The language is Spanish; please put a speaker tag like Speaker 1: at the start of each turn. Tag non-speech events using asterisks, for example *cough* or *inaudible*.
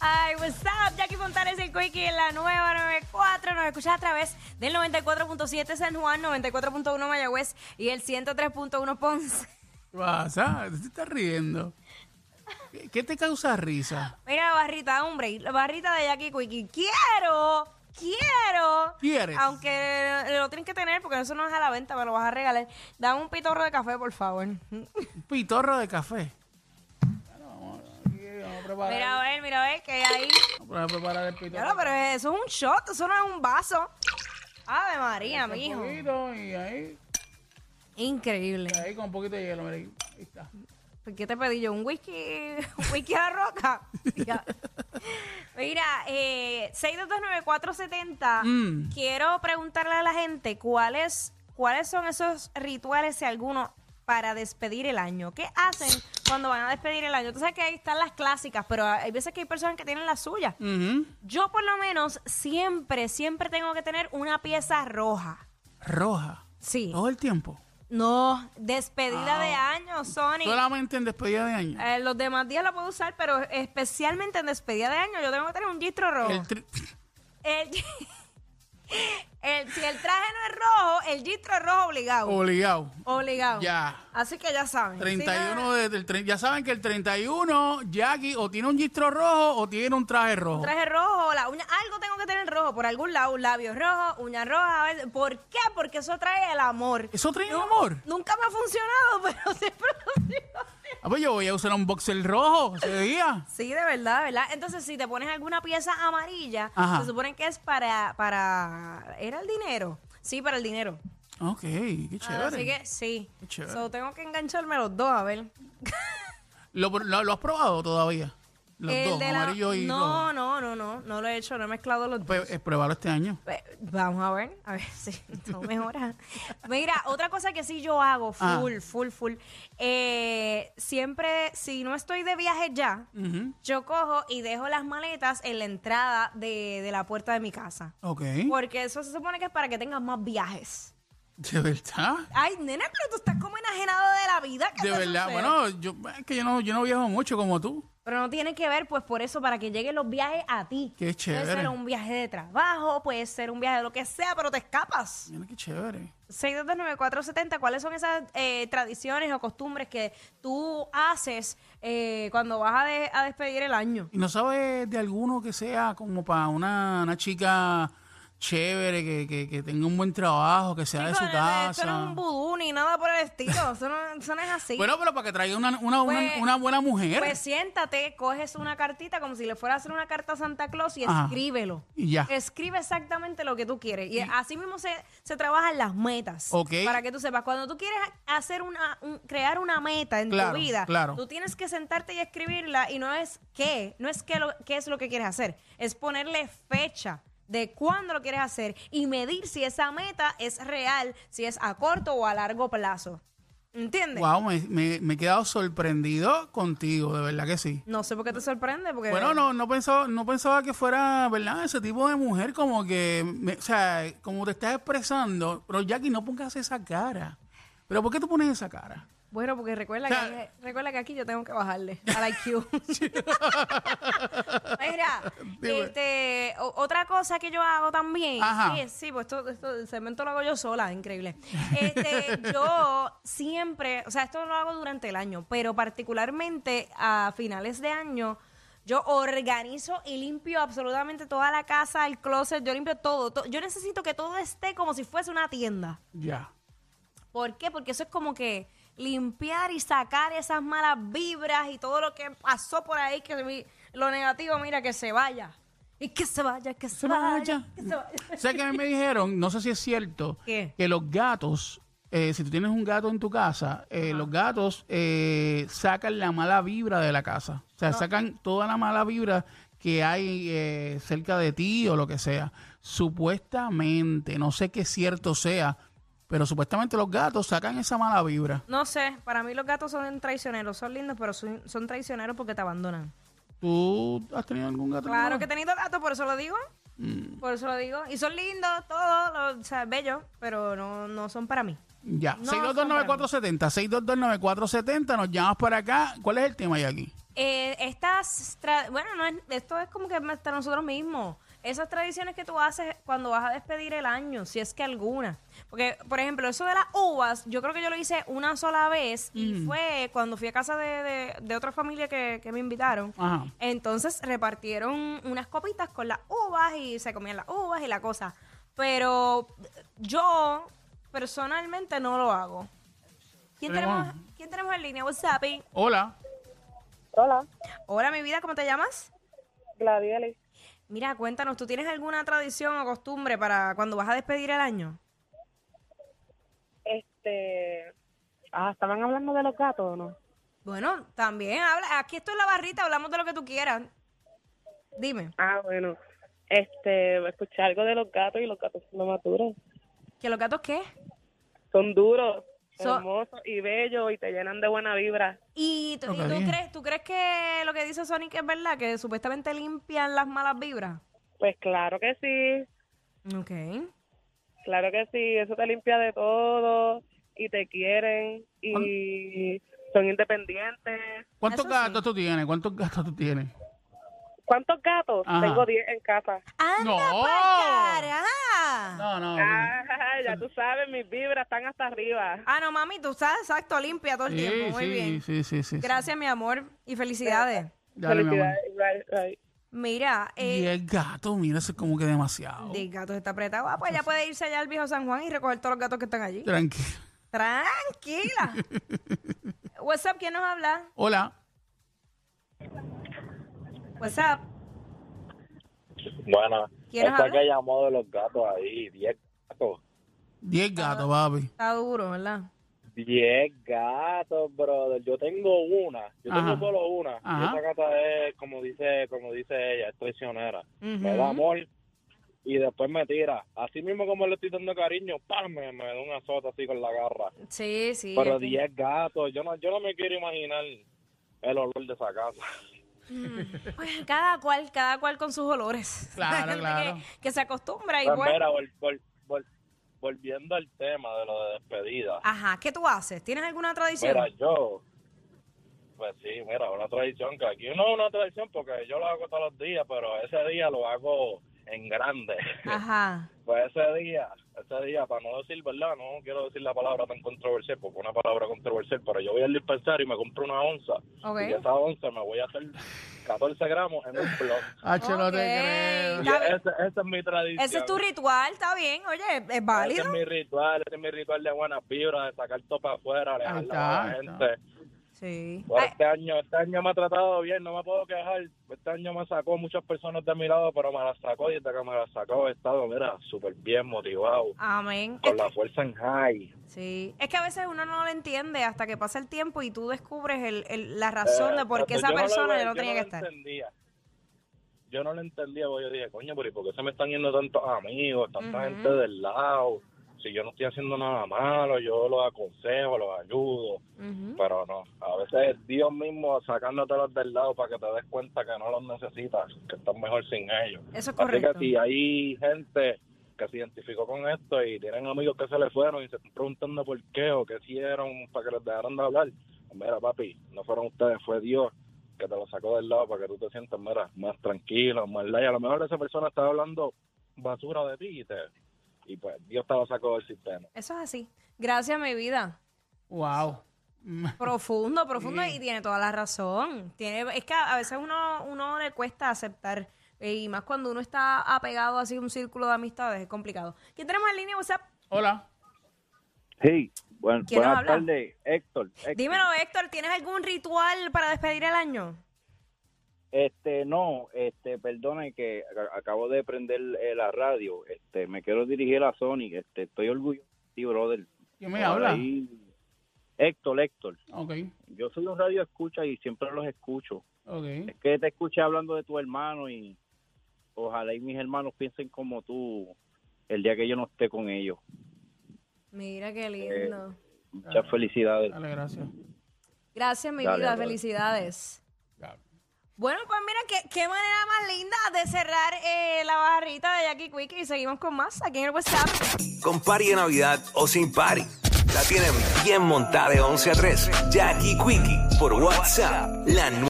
Speaker 1: Ay, what's up? Jackie Fontanes y el Quickie en la nueva 94. Nos escuchas a través del 94.7 San Juan, 94.1 Mayagüez y el 103.1 Ponce. *laughs*
Speaker 2: ¿Qué pasa? ¿Te estás riendo? ¿Qué- ¿Qué te causa risa?
Speaker 1: Mira la barrita, hombre, la barrita de Jackie Quickie. Quiero, quiero.
Speaker 2: ¿Quieres?
Speaker 1: Aunque lo tienen que tener porque eso no es a la venta, me lo vas a regalar. Dame un pitorro de café, por favor. *laughs*
Speaker 2: Un pitorro de café. Vamos a preparar,
Speaker 1: Mira a ver, mira a ver, que hay ahí.
Speaker 2: vamos a preparar el
Speaker 1: Claro,
Speaker 2: pitorro.
Speaker 1: pero eso es un shot, eso no es un vaso. Ave María,
Speaker 2: Un
Speaker 1: mijo.
Speaker 2: poquito y ahí,
Speaker 1: Increíble.
Speaker 2: y ahí con un poquito de hielo, mira, ahí ahí está.
Speaker 1: ¿Por ¿Qué te pedí yo? ¿Un whisky? *laughs* ¿Un whisky a la roca? *laughs* Ya. Mira, eh, 6229470.
Speaker 2: Mm.
Speaker 1: Quiero preguntarle a la gente cuáles cuáles son esos rituales, si alguno, para despedir el año. ¿Qué hacen cuando van a despedir el año? Tú sabes que ahí están las clásicas, pero hay veces que hay personas que tienen las suyas.
Speaker 2: Ujú.
Speaker 1: Yo, por lo menos, siempre, siempre tengo que tener una pieza roja.
Speaker 2: Roja.
Speaker 1: Sí.
Speaker 2: Todo el tiempo.
Speaker 1: No, despedida de año, Sonic.
Speaker 2: Solamente en despedida de año.
Speaker 1: Eh, los demás días la puedo usar, pero especialmente en despedida de año, yo tengo que tener un gistro rojo.
Speaker 2: El tri- *laughs*
Speaker 1: El- *laughs* el- si el traje no es rojo, el gistro es rojo obligado.
Speaker 2: Obligado.
Speaker 1: obligado.
Speaker 2: Oh, Ya.
Speaker 1: Así que ya saben.
Speaker 2: 31 de, del tre- ya saben que el 31 Jackie o tiene un gistro rojo o tiene un traje
Speaker 1: Un
Speaker 2: rojo.
Speaker 1: traje rojo, la uña, algo tengo que tener rojo, por algún lado, un labio rojo, uña roja. a veces- ¿Por qué? Porque eso trae el amor.
Speaker 2: Eso trae amor.
Speaker 1: Nunca me ha funcionado, *laughs* pero siempre lo digo.
Speaker 2: Ah, pues yo voy a usar un boxer rojo ese día.
Speaker 1: Sí, de verdad, de ¿verdad? Entonces, si te pones alguna pieza amarilla,
Speaker 2: Ajá.
Speaker 1: se supone que es para, para... ¿Era el dinero? Sí, para el dinero.
Speaker 2: Ok, qué chévere.
Speaker 1: Así que sí.
Speaker 2: Qué chévere.
Speaker 1: So, tengo que engancharme los dos, a ver.
Speaker 2: ¿Lo, lo, lo has probado todavía? Los
Speaker 1: El
Speaker 2: dos,
Speaker 1: de la-
Speaker 2: amarillo y
Speaker 1: No,
Speaker 2: rojo.
Speaker 1: no, no, no, no lo he hecho, no he mezclado los dos.
Speaker 2: Pues, eh, pruébalo este año.
Speaker 1: Pues, Vamos a ver, a ver *laughs* si no mejora. Mira, otra cosa que sí yo hago,
Speaker 2: Ah.
Speaker 1: full, full, full. eh, siempre, si no estoy de viaje ya,
Speaker 2: Ujú.
Speaker 1: yo cojo y dejo las maletas en la entrada de, de la puerta de mi casa.
Speaker 2: Ok.
Speaker 1: Porque eso se supone que es para que tengas más viajes.
Speaker 2: *laughs* ¿De verdad?
Speaker 1: Ay, nena, pero tú estás como enajenado de la vida. ¿qué
Speaker 2: De
Speaker 1: te
Speaker 2: verdad.
Speaker 1: sucede?
Speaker 2: Bueno, yo, es que yo no, yo no viajo mucho como tú.
Speaker 1: Pero no tiene que ver, pues por eso, para que lleguen los viajes a ti.
Speaker 2: Qué
Speaker 1: Puede ser
Speaker 2: chévere.
Speaker 1: un viaje de trabajo, puede ser un viaje de lo que sea, pero te escapas.
Speaker 2: Mira qué chévere.
Speaker 1: 6229470, ¿cuáles son esas eh, tradiciones o costumbres que tú haces eh, cuando vas a, de- a despedir el año?
Speaker 2: ¿Y no sabes de alguno que sea como para una, una chica chévere, que, que, que tenga un buen trabajo, que sea de
Speaker 1: Chico, no-
Speaker 2: su
Speaker 1: Eso no es
Speaker 2: casa?
Speaker 1: un vudú ni nada por el estilo, eso no, eso no es así.
Speaker 2: Bueno, pero para que traiga una, una, una,
Speaker 1: Pues-
Speaker 2: una buena mujer.
Speaker 1: Pues siéntate, coges una cartita como si le fuera a hacer una carta a Santa Claus y
Speaker 2: Ajá.
Speaker 1: escríbelo.
Speaker 2: Y ya.
Speaker 1: Escribe exactamente lo que tú quieres. Y así mismo se, se trabajan las metas.
Speaker 2: Ok.
Speaker 1: Para que tú sepas, cuando tú quieres hacer una, un- crear una meta en
Speaker 2: Claro,
Speaker 1: tu vida,
Speaker 2: claro.
Speaker 1: tú tienes que sentarte y escribirla y no es qué, no es qué, lo- qué es lo que quieres hacer, es ponerle fecha de cuándo lo quieres hacer y medir si esa meta es real, si es a corto o a largo plazo. ¿Entiendes?
Speaker 2: Wow, me, me- me he quedado sorprendido contigo, de verdad que sí.
Speaker 1: No sé por qué te sorprende, porque...
Speaker 2: Bueno, no, no pensaba, no pensaba que fuera, ¿verdad? Ese tipo de mujer como que, me- o sea, como te estás expresando, pero Jackie, no pongas esa cara. ¿Pero por qué tú pones esa cara?
Speaker 1: Bueno, porque recuerda que,
Speaker 2: Claro.
Speaker 1: recuerda que aquí yo tengo que bajarle al IQ.
Speaker 2: *laughs*
Speaker 1: *laughs* Mira,
Speaker 2: Dime.
Speaker 1: este, o- otra cosa que yo hago también.
Speaker 2: Ajá.
Speaker 1: es- sí, pues esto, esto, el segmento lo hago yo sola, increíble.
Speaker 2: *laughs*
Speaker 1: Este, yo siempre, o sea, esto lo hago durante el año, pero particularmente a finales de año. Yo organizo y limpio absolutamente toda la casa, el closet, yo limpio todo. to- yo necesito que todo esté como si fuese una tienda.
Speaker 2: Ya.
Speaker 1: ¿Por qué? Porque eso es como que limpiar y sacar esas malas vibras y todo lo que pasó por ahí, que mi- lo negativo, mira, que se vaya. Y que se vaya, que se,
Speaker 2: Se
Speaker 1: vaya.
Speaker 2: vaya.
Speaker 1: que se vaya.
Speaker 2: O sea, que a mí me dijeron, no sé si es cierto,
Speaker 1: ¿Qué?
Speaker 2: que los gatos, eh, si tú tienes un gato en tu casa, eh, los gatos eh, sacan la mala vibra de la casa. O sea, sacan toda la mala vibra que hay eh, cerca de ti o lo que sea. Supuestamente, no sé qué cierto sea, pero supuestamente los gatos sacan esa mala vibra.
Speaker 1: No sé, para mí los gatos son traicioneros, son lindos, pero son, son traicioneros porque te abandonan.
Speaker 2: ¿Tú has tenido algún gato?
Speaker 1: Claro
Speaker 2: alguna
Speaker 1: que he
Speaker 2: vez?
Speaker 1: tenido gatos, por eso lo digo. Por eso lo digo. Y son lindos, todos, los- o sea, bellos, pero no, no son para mí.
Speaker 2: Ya,
Speaker 1: No,
Speaker 2: 6229470, 6229470, nos llamas para acá. ¿Cuál es el tema, Jackie?
Speaker 1: eh, estas, tra- bueno, no es- esto es como que hasta nosotros mismos. Esas tradiciones que tú haces cuando vas a despedir el año, si es que alguna. Porque, por ejemplo, eso de las uvas, yo creo que yo lo hice una sola vez y fue cuando fui a casa de, de- de otra familia que, que me invitaron.
Speaker 2: Ajá.
Speaker 1: Entonces repartieron unas copitas con las uvas y se comían las uvas y la cosa. Pero yo personalmente no lo hago. ¿Quién
Speaker 2: Tenemos-
Speaker 1: tenemos, ¿quién tenemos en línea? WhatsApp.
Speaker 2: Hola.
Speaker 3: Hola,
Speaker 1: Hola, mi vida, ¿cómo te llamas?
Speaker 3: Gladielis.
Speaker 1: Mira, cuéntanos, ¿tú tienes alguna tradición o costumbre para cuando vas a despedir el año?
Speaker 3: Este. Ah, estaban hablando de los gatos, ¿o ¿no?
Speaker 1: Bueno, también habla. Aquí esto es la barrita, hablamos de lo que tú quieras. Dime,
Speaker 3: Ah, bueno. Este, escuché algo de los gatos y los gatos son lo más duros.
Speaker 1: ¿que los gatos qué?
Speaker 3: Son duros,
Speaker 1: Son-
Speaker 3: hermosos y bellos y te llenan de buena vibra.
Speaker 1: ¿Y, tú- y
Speaker 2: Ok.
Speaker 1: tú, crees, tú crees que lo que dice Sonic es verdad? Que supuestamente limpian las malas vibras.
Speaker 3: Pues claro que sí,
Speaker 1: Ok.
Speaker 3: claro que sí. Eso te limpia de todo y te quieren y son independientes.
Speaker 2: ¿Cuántos
Speaker 1: Eso sí.
Speaker 2: gatos tú tienes? ¿Cuántos gatos tú tienes?
Speaker 3: ¿Cuántos gatos?
Speaker 2: Ajá.
Speaker 3: Tengo 10 en casa.
Speaker 1: ¡Anda
Speaker 2: No.
Speaker 1: pa'l cara!
Speaker 2: No, no.
Speaker 3: Ah, ya tú sabes, mis vibras están hasta arriba.
Speaker 1: Ah, no, mami, tú estás exacto, limpia todo el
Speaker 2: Sí,
Speaker 1: tiempo. Muy
Speaker 2: sí,
Speaker 1: bien.
Speaker 2: sí, sí, sí.
Speaker 1: Gracias, mi amor, y felicidades.
Speaker 2: Dale, mi amor.
Speaker 3: Felicidades, right, right.
Speaker 1: Mira, eh,
Speaker 2: Y el gato, mira, eso es como que demasiado.
Speaker 1: De gatos está apretado. Ah, pues ya puede irse allá al viejo San Juan y recoger todos los gatos que están allí.
Speaker 2: Tranquilo.
Speaker 1: Tranquila.
Speaker 2: *laughs*
Speaker 1: WhatsApp, ¿quién nos habla?
Speaker 2: Hola.
Speaker 1: WhatsApp.
Speaker 4: Bueno,
Speaker 1: ¿Quién nos
Speaker 4: esta
Speaker 1: habla?
Speaker 4: que llamó de los gatos ahí, 10 gatos.
Speaker 2: 10 gatos, papi.
Speaker 1: Está duro, ¿verdad?
Speaker 4: 10 gatos, brother. Yo tengo una, yo
Speaker 2: Ajá.
Speaker 4: tengo solo una. Y
Speaker 2: Ajá.
Speaker 4: esa gata es, como dice, como dice ella, es traicionera. Me
Speaker 1: Ujú.
Speaker 4: da amor y después me tira. Así mismo como le estoy dando cariño, ¡pam! Me, me da un azote así con la garra.
Speaker 1: Sí, sí.
Speaker 4: Pero
Speaker 1: es que-
Speaker 4: 10 gatos, yo no, yo no me quiero imaginar el olor de esa casa.
Speaker 1: Pues cada cual, cada cual con sus olores.
Speaker 2: Claro,
Speaker 1: *laughs* Hay gente
Speaker 2: claro.
Speaker 1: Que, que se acostumbra y
Speaker 4: Pues
Speaker 1: bueno.
Speaker 4: mira, vol- vol- vol- volviendo al tema de lo de despedida.
Speaker 1: Ajá, ¿qué tú haces? ¿Tienes alguna tradición?
Speaker 4: Mira, yo, pues sí, mira, una tradición que aquí no es una tradición porque yo lo hago todos los días, pero ese día lo hago en grande. *laughs*
Speaker 1: Ajá.
Speaker 4: Pues ese día, ese día, para no decir, ¿verdad? No quiero decir la palabra tan controversial, porque una palabra controversial, pero yo voy al dispensario y me compro una onza.
Speaker 1: Ok.
Speaker 4: Y esa onza me voy a hacer 14 gramos en un blog.
Speaker 2: Ah, che, no
Speaker 1: Ok.
Speaker 2: te creo.
Speaker 4: Y
Speaker 1: Está bien.
Speaker 4: ese- esa es mi tradición.
Speaker 1: Ese es tu ritual, está bien. Oye, es válido.
Speaker 4: Ese es mi ritual, ese es mi ritual de buenas vibras, de sacar todo para afuera, alejar
Speaker 2: está,
Speaker 4: la
Speaker 2: ahí
Speaker 4: gente.
Speaker 2: está.
Speaker 1: Sí.
Speaker 4: Bueno,
Speaker 1: Ay,
Speaker 4: este año, este año me ha tratado bien, no me puedo quejar. Este año me sacó muchas personas de mi lado, pero me las sacó y desde que me las sacó he estado, mira, súper bien motivado,
Speaker 1: amén.
Speaker 4: con la fuerza en high.
Speaker 1: Sí, es que a veces uno no lo entiende hasta que pasa el tiempo y tú descubres el, el- la razón de por qué
Speaker 4: Eh,
Speaker 1: esa
Speaker 4: yo
Speaker 1: persona
Speaker 4: lo-
Speaker 1: ya no
Speaker 4: yo
Speaker 1: tenía que
Speaker 4: lo
Speaker 1: estar.
Speaker 4: entendía. Yo no lo entendía, porque yo dije, coño, pero ¿y por qué se me están yendo tantos amigos, tanta
Speaker 1: Ujú.
Speaker 4: gente del lado? Si yo no estoy haciendo nada malo, yo los aconsejo, los ayudo.
Speaker 1: Ujú.
Speaker 4: Pero no, a veces es Dios mismo sacándotelos del lado para que te des cuenta que no los necesitas, que estás mejor sin ellos.
Speaker 1: Eso es
Speaker 4: Así
Speaker 1: correcto.
Speaker 4: que si hay gente que se identificó con esto y tienen amigos que se le fueron y se están preguntando por qué o qué hicieron para que les dejaran de hablar, pues mira papi, no fueron ustedes, fue Dios que te lo sacó del lado para que tú te sientas mira, más tranquilo, más light. A lo mejor esa persona estaba hablando basura de ti y, te, y pues Dios te lo sacó del sistema.
Speaker 1: Eso es así. Gracias, mi vida.
Speaker 2: Wow. Mm.
Speaker 1: Profundo, profundo
Speaker 2: Sí.
Speaker 1: y tiene toda la razón. Tiene, es que a a veces uno, uno le cuesta aceptar eh, y más cuando uno está apegado así a un círculo de amistades, es complicado. ¿Quién tenemos en línea WhatsApp?
Speaker 2: Hola.
Speaker 5: Sí, buen-
Speaker 1: ¿Quién nos
Speaker 5: buenas
Speaker 1: habla?
Speaker 5: tardes, Héctor. Héctor.
Speaker 1: Dímelo, Héctor, ¿tienes algún ritual para despedir el año?
Speaker 5: Este, no, este, perdone que a- acabo de prender eh, la radio. Este, me quiero dirigir a Sony. Este, estoy orgulloso de ti, brother.
Speaker 2: ¿Quién me
Speaker 5: Por
Speaker 2: habla?
Speaker 5: ahí- Héctor, Héctor.
Speaker 2: Ok,
Speaker 5: Yo soy un radio escucha y siempre los escucho.
Speaker 2: ok.
Speaker 5: Es que te escuché hablando de tu hermano y ojalá y mis hermanos piensen como tú el día que yo no esté con ellos.
Speaker 1: Mira qué lindo.
Speaker 5: Muchas felicidades.
Speaker 2: Dale, gracias.
Speaker 1: Gracias, mi
Speaker 5: Dale,
Speaker 1: vida.
Speaker 5: dale.
Speaker 1: Felicidades.
Speaker 2: Ya.
Speaker 1: Bueno, pues mira, qué, qué manera más linda de cerrar eh, la barrita de Jackie Quick y seguimos con más aquí en el WhatsApp.
Speaker 6: Con party de Navidad o sin party. La tienen bien montada de 11 a 3. Jackie Quickie por WhatsApp. La